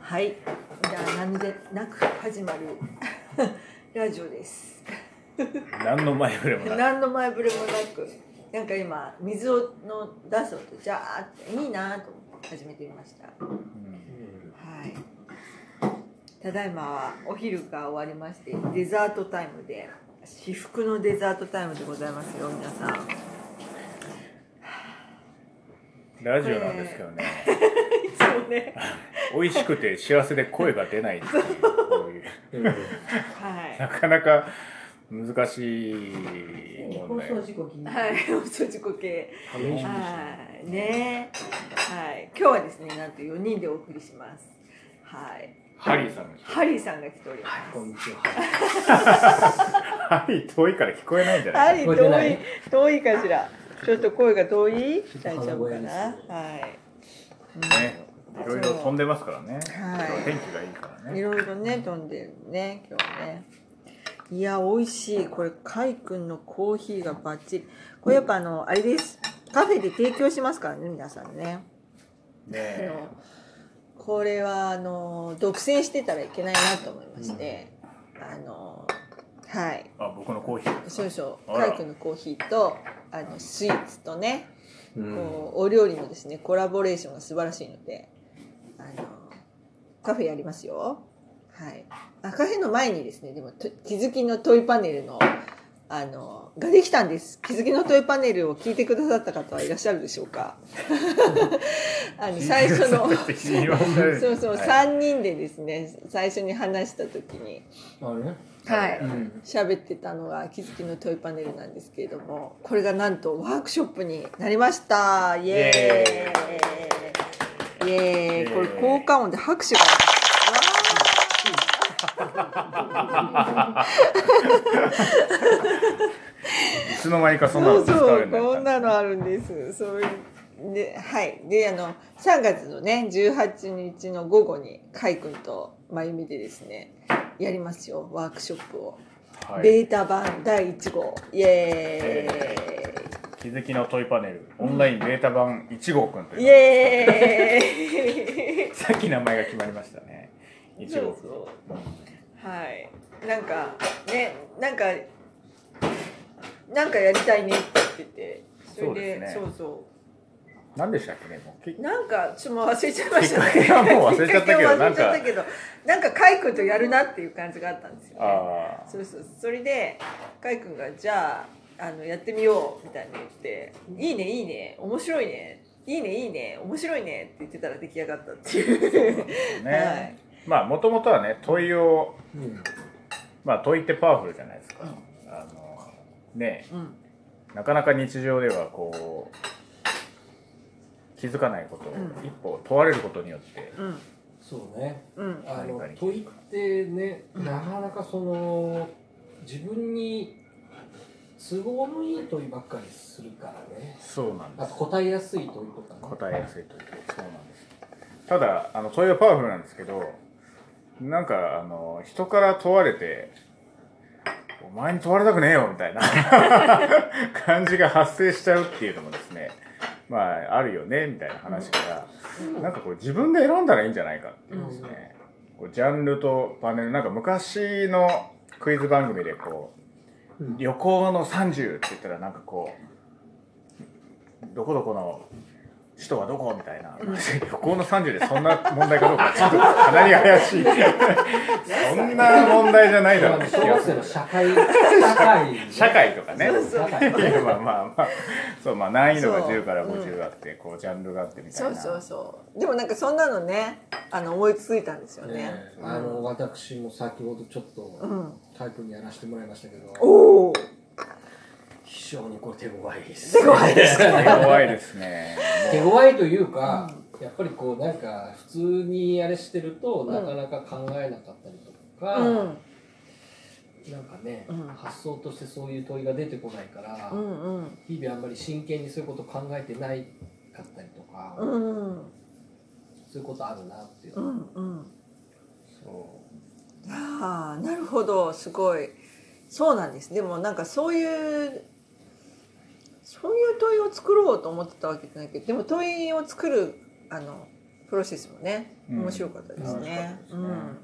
はい。じゃあ何でなく始まる ラジオです。何の前触れもなく何の前触れもなく、なんか今水をの出す音じゃあっていいなと思って始めてみました。はうんい。ただいまはお昼が終わりましてデザートタイムで至福のデザートタイムでございますよ皆さん。ラジオなんですけどねいつもね。美味しくて幸せで声が出ないっていうこういうはい。なかなか難しい問放題送事故気になはいる。、放送事故系。亀井はい、ね。はい、今日はですね、なんと四人でお送りします。はい、ハリーさんがハリーさんが来ております。こんにちは。ハリー遠いから聞こえないんじゃなハいリ聞ーこえてな遠いい、遠いかしら。ちょっと声が遠い。大丈夫かな。ちょっと鼻声ですはい。ねいろいろ飛んでますからね、はい天気がいいからいねろいろね、飛んでるね、今日ね。いや、美味しい。これ、カイくんのコーヒーがバッチリ。これやっぱあの、あれです。カフェで提供しますからね、皆さんね。ねえこれはあの独占してたらいけないなと思いまして、あのはいあ僕のコーヒーそうそうあカらイ君のコーヒーとあのスイーツとね、うん。こうお料理のですねコラボレーションが素晴らしいのであのカフェやりますよはいあカフェの前にですねでもと気づきのトイパネルのあのができたんです気づきのトイパネルを聞いてくださった方はいらっしゃるでしょうか あの最初のそうそう、はい3人でですね最初に話した時にあれね。はいうん。喋ってたのが「気づきのトイパネル」なんですけれどもこれがなんとワークショップになりましたイエーイイエーイこれ効果音で拍手がわいつの間にかそんなーその使うわれそるうようこにんななったのあるんですそういうではいであの3月のね18日の午後にかいくんとまゆみでですねやりますよワークショップを。はいベータ版第1号イエ気づきのトイパネルオンラインベータ版1号くんとーいうイイエさっき名前が決まりましたね。ーイ一そ応う。そうはいなんかねなんかなんかやりたいねって言っててそれでそうですそうねそ何でしたっけね、もう。きうなんかちょっともう忘れちゃいましたねきっかけはもう忘れちゃったけどきっかけは忘れちゃったけどなんかカイ君とやるなっていう感じがあったんですよねああ。そうそうそれでかいくんが「じゃああのやってみよう」みたいに言って「いいねいいね面白いねいいねいいね面白いね」って言ってたら出来上がったっていうはいね。まあ、もともとはね、問いを、うん。まあ、問いってパワフルじゃないですか。あの。ね、うんなかなか日常では、こう。気づかないことをうん一歩問われることによって。うんそうね。うんあのはい問いってね、なかなかその自分に都合のいい問いばっかりするからね。そうなんであすと。答えやすい問いとかね。答えやすいというそうなんですただあの問いはパワフルなんですけどなんかあの人から問われて「お前に問われたくねえよ」みたいな 感じが発生しちゃうっていうのもですねまああるよねみたいな話から、なんかこう自分で選んだらいいんじゃないかっていうですね、こうジャンルとパネルなんか昔のクイズ番組でこううん旅行の30って言ったらなんかこうどこどこの首都はどこみたいな、旅行の30でそんな問題かどうかちょっとかなり怪しいそんな問題じゃないだろうって気小が学す生るの社会社会ね社会とかねそうそう社会い やまあまあまあそうまあ難易度が10から50あってこうジャンルがあってみたそいなうそうそうでもなんかそんなのねあの思いついたんですよねね、あの私も先ほどちょっとうんタイプにやらせてもらいましたけど、おお非常にこれ手強いです。すごいですね怖いですね手強いというか、やっぱりこうなんか普通にあれしてると、なかなか考えなかったりとか、うんなんかね、うん発想としてそういう問いが出てこないから、うんうん日々あんまり真剣にそういうこと考えてないかったりとか、うんそういうことあるなっていううのは、んうんそああなるほどすごいそうなんですでもなんかそういうそういう問いを作ろうと思ってたわけじゃないけどでも問いを作るあのプロセスもねうん面白かったですね。面白かったでうすねん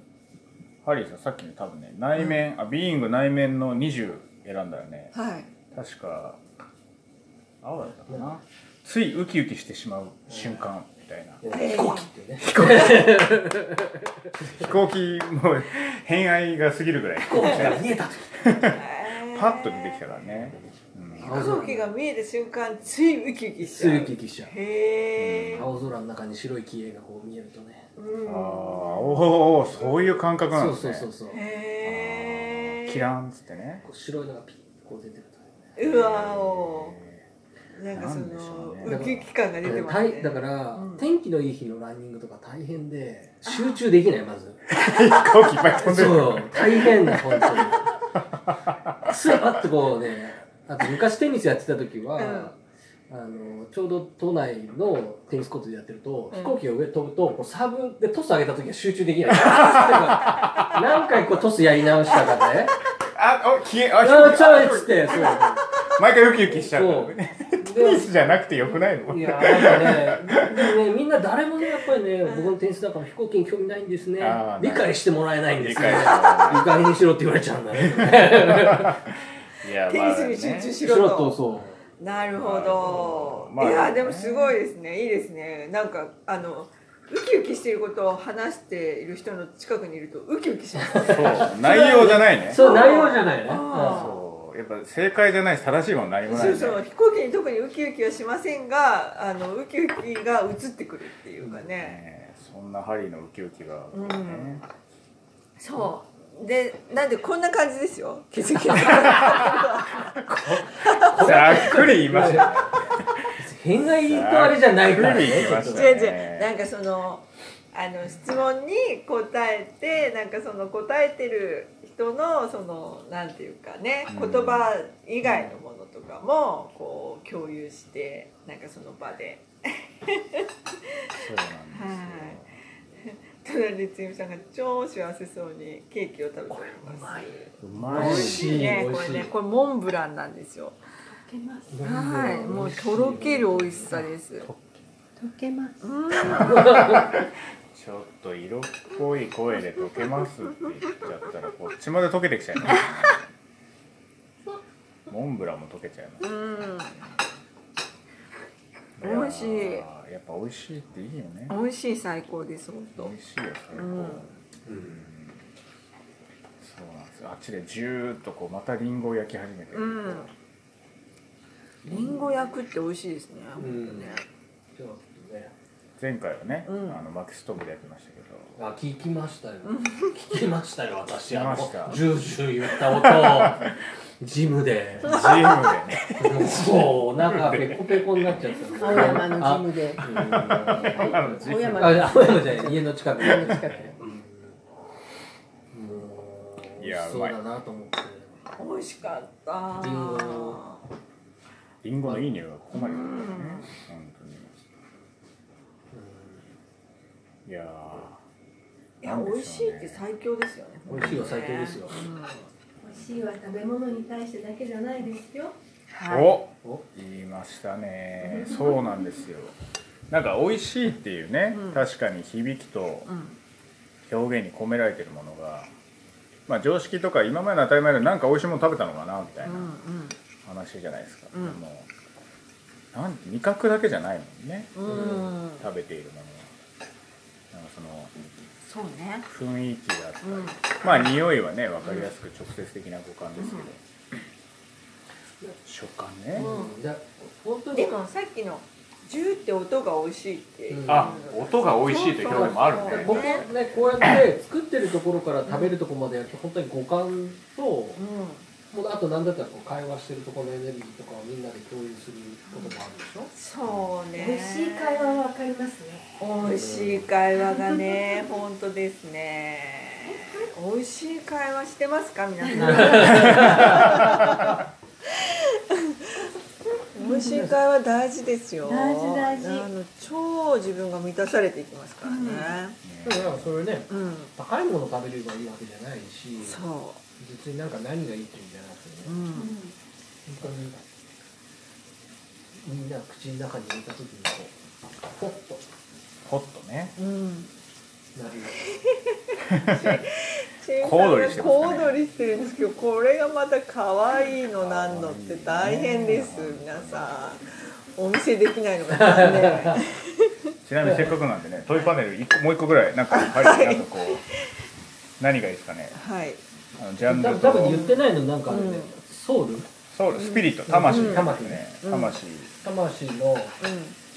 ハリーさんさっきね多分ね内面、あビーイング内面の20選んだよねはい確か青だったかな、ついウキウキしてしまう瞬間みたいな、飛行機っていうね飛行機もう偏愛が過ぎるぐらい飛行機から見えた パッと出てきたからね、うん、飛行機が見えた瞬間ついウキウキしちすゃぐう聞きしちゃうへえ、青空の中に白い気鋭がこう見えるとねうんああおおそういう感覚なんそうですねそうそうそうへえキラーンっつってねこう白いのがピッとこう出てるとねうわおなんかそなんでしょのうねウキウキ感が出てますね大だから、うん天気のいい日のランニングとか大変で集中できないまず飛行機いっぱい飛んでるそう大変だ本当に スーパッとこうねあと昔テニスやってた時は、あのちょうど都内のテニスコートでやってると、うん飛行機が上飛ぶとこうサーブでトス上げた時は集中できない何回こうトスやり直したかねあお消え「ああ飛行ー機ちょい」っつってそう毎回ウキウキしちゃうからねで テニスじゃなくてよくないの いやなんかねでねみんな誰もねやっぱりね僕のテニスだから飛行機に興味ないんですねあー理解してもらえないんですね理解してもらえないいい加減にしろって言われちゃうんだねいやテニスに集中ししろろととそうなるほど、まあいやまあでもすごいですねいいですねなんかあのウキウキしていることを話している人の近くにいるとウキウキします ねそう内容じゃないねそう内容じゃないねあそうやっぱ正解じゃないし正しいもの何もない、そね、うそう飛行機に特にウキウキはしませんがあのウキウキが映ってくるっていうかね、ねえそんなハリーのウキウキが、ねうんそうでなんでこんな感じですよ気づきざっくり言いましたね変な言いとあれじゃないからねざっくり言いまちしょったねと違う違うなんかそのあの質問に答えてなんかその答えてる人のそのなんていうかねうん言葉以外のものとかもこう共有してなんかその場でそうなんです隣でつゆみさんが超幸せそうにケーキを食べておりうまますいよ、美うまい味しいね美こ味しれいねこれモンブランなんですよけます。はいもうとろける美味しさです溶けます。うんちょっと色っぽい声で溶けますって言っちゃったらこっちまで溶けてきちゃいますねモンブランも溶けちゃいますうん美やー味しいやっぱ美味しいっていいよね美味しい最高です本美当味しいよ最う高、んそうなんですよあっちでジューッとこうまたリンゴを焼き始めて、うんリンゴ焼くって美味しいですね。うんねちょっとね前回はね、うんあの薪ストーブでやってましたけどあ聞きましたよ聞きましたよ私あ聞きましたのジュージュー言った音をジムでジムでねもう お腹ペコペコになっちゃった青山のジムで。ああのジム青山あのジム青山じゃない家の近くでの近くで。うんもうい美味やしそうだなと思って美味しかった。リリンンゴゴのいい匂いがここまで来るんですね、本当にいやいや、美味しいって最強ですよね。美味しいは最強ですようん。美味しいは食べ物に対してだけじゃないですよ。ー、はい。おお言いましたねそうなんですよなんか美味しいっていうね、うん確かに響きとうん。表現に込められてるものがまあ常識とか今までの当たり前でなんか美味しいもの食べたのかなみたいうん。う。なん話じゃないですか、うんでもなん味覚だけじゃないもんねうん。食べているものはなんかそのそうね。雰囲気だったり、うん。まあ匂いはね分かりやすく直接的な五感ですけど、食感ね、うんだ本当にでも、さっきの。ジューって音が美味しいっていう。うんあ音が美味しいという表現もあるそうねそこうこねこうやって作ってるところから食べるところまでやると本当に五感ともうん。うあと何だったらこう会話してるところのエネルギーとかをみんなで共有することもあるでしょそうね。美味しい会話はわかりますね。美味しい会話がね、本当ですね。美味しい会話してますか、皆さん。美味しい会話大事ですよ。大事大事あの超自分が満たされていきますからね。だからそれねうん、高いものを食べればいいわけじゃないしそ別になんか何がいいっていうんじゃなくてう、う、ねうんん本当にみんな口の中に入れた時にこうポッとホットねうん。なる小躍りしてますかね小躍りしてるんですけど、これがまた可愛いのなんのって大変です、皆さん。お見せできないのが残念。ちなみにせっかくなんでねトイパネル一個もう一個ぐらいなんかはいなんかこう何がいいですかねはい。あのジャン多ル分多分と言ってないのなんかあるね、うんソウルソウルスピリット魂うん魂ねうん魂魂のうちょ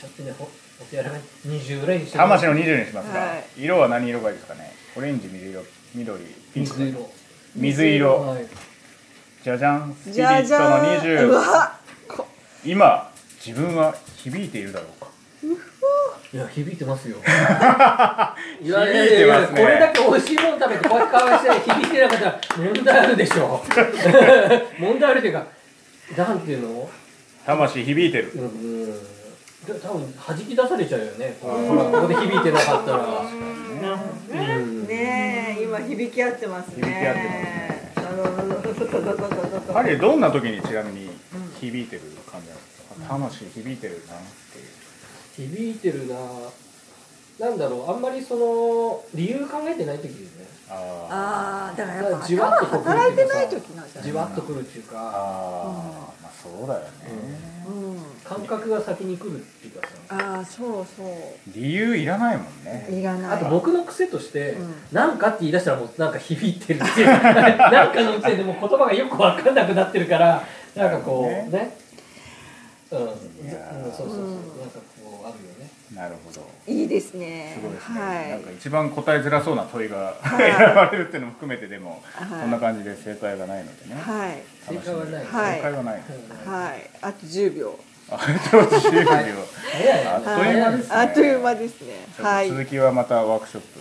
っとねほお手柔らかい20ぐらいにして魂の20にしますがはい色は何色がいいですかねオレンジ緑色緑ピンク水色水色はいじゃじゃんスん。ピリじゃッじゃトーん。うの20わ。こ今自分は響いているだろうかいや響いてま すよいやいやいやいや響いてますねこれだけ美味しいもの食べてこうやって顔して響いてなかったら問題あるで しょ問題あるっていうかなんていうの魂響いてるうんうんで多分弾き出されちゃうよねこうんこで響いてなかったねら、うんねえ、今響き合ってますね。響き合ってますね。ハリーどんな時にちなみに響いてる感じなんですか魂響いてるなっていう響いてるななんだろうあんまりその理由考えてない時ですねあああ、だからやっぱじわっと頭働いてない時なんじゃなじい。わっとくるっていうあかあーまあそうだよねうん。感覚が先に来るっていうかさああ、そうそ理由いらないもんう。ねいらない。あと僕の癖として、うんなんかって言い出したらもうなんか響いてる っていうなんかの時点でもう言葉がよく分かんなくなってるからなんかこうねうん、うんいやーそうそうそう、うんなんかこうあるよねなるほどいいですね。すごいですね、はい。なんか一番答えづらそうな問いが選いばれるっていうのも含めてでも、はいこんな感じで正解がないのでね、はい。楽し正解はみない正解はない、はい。あと10秒。あちょっと終了早いよねあっという間ですねあっという間ですね。ちょっはとい。続きはまたワークショップ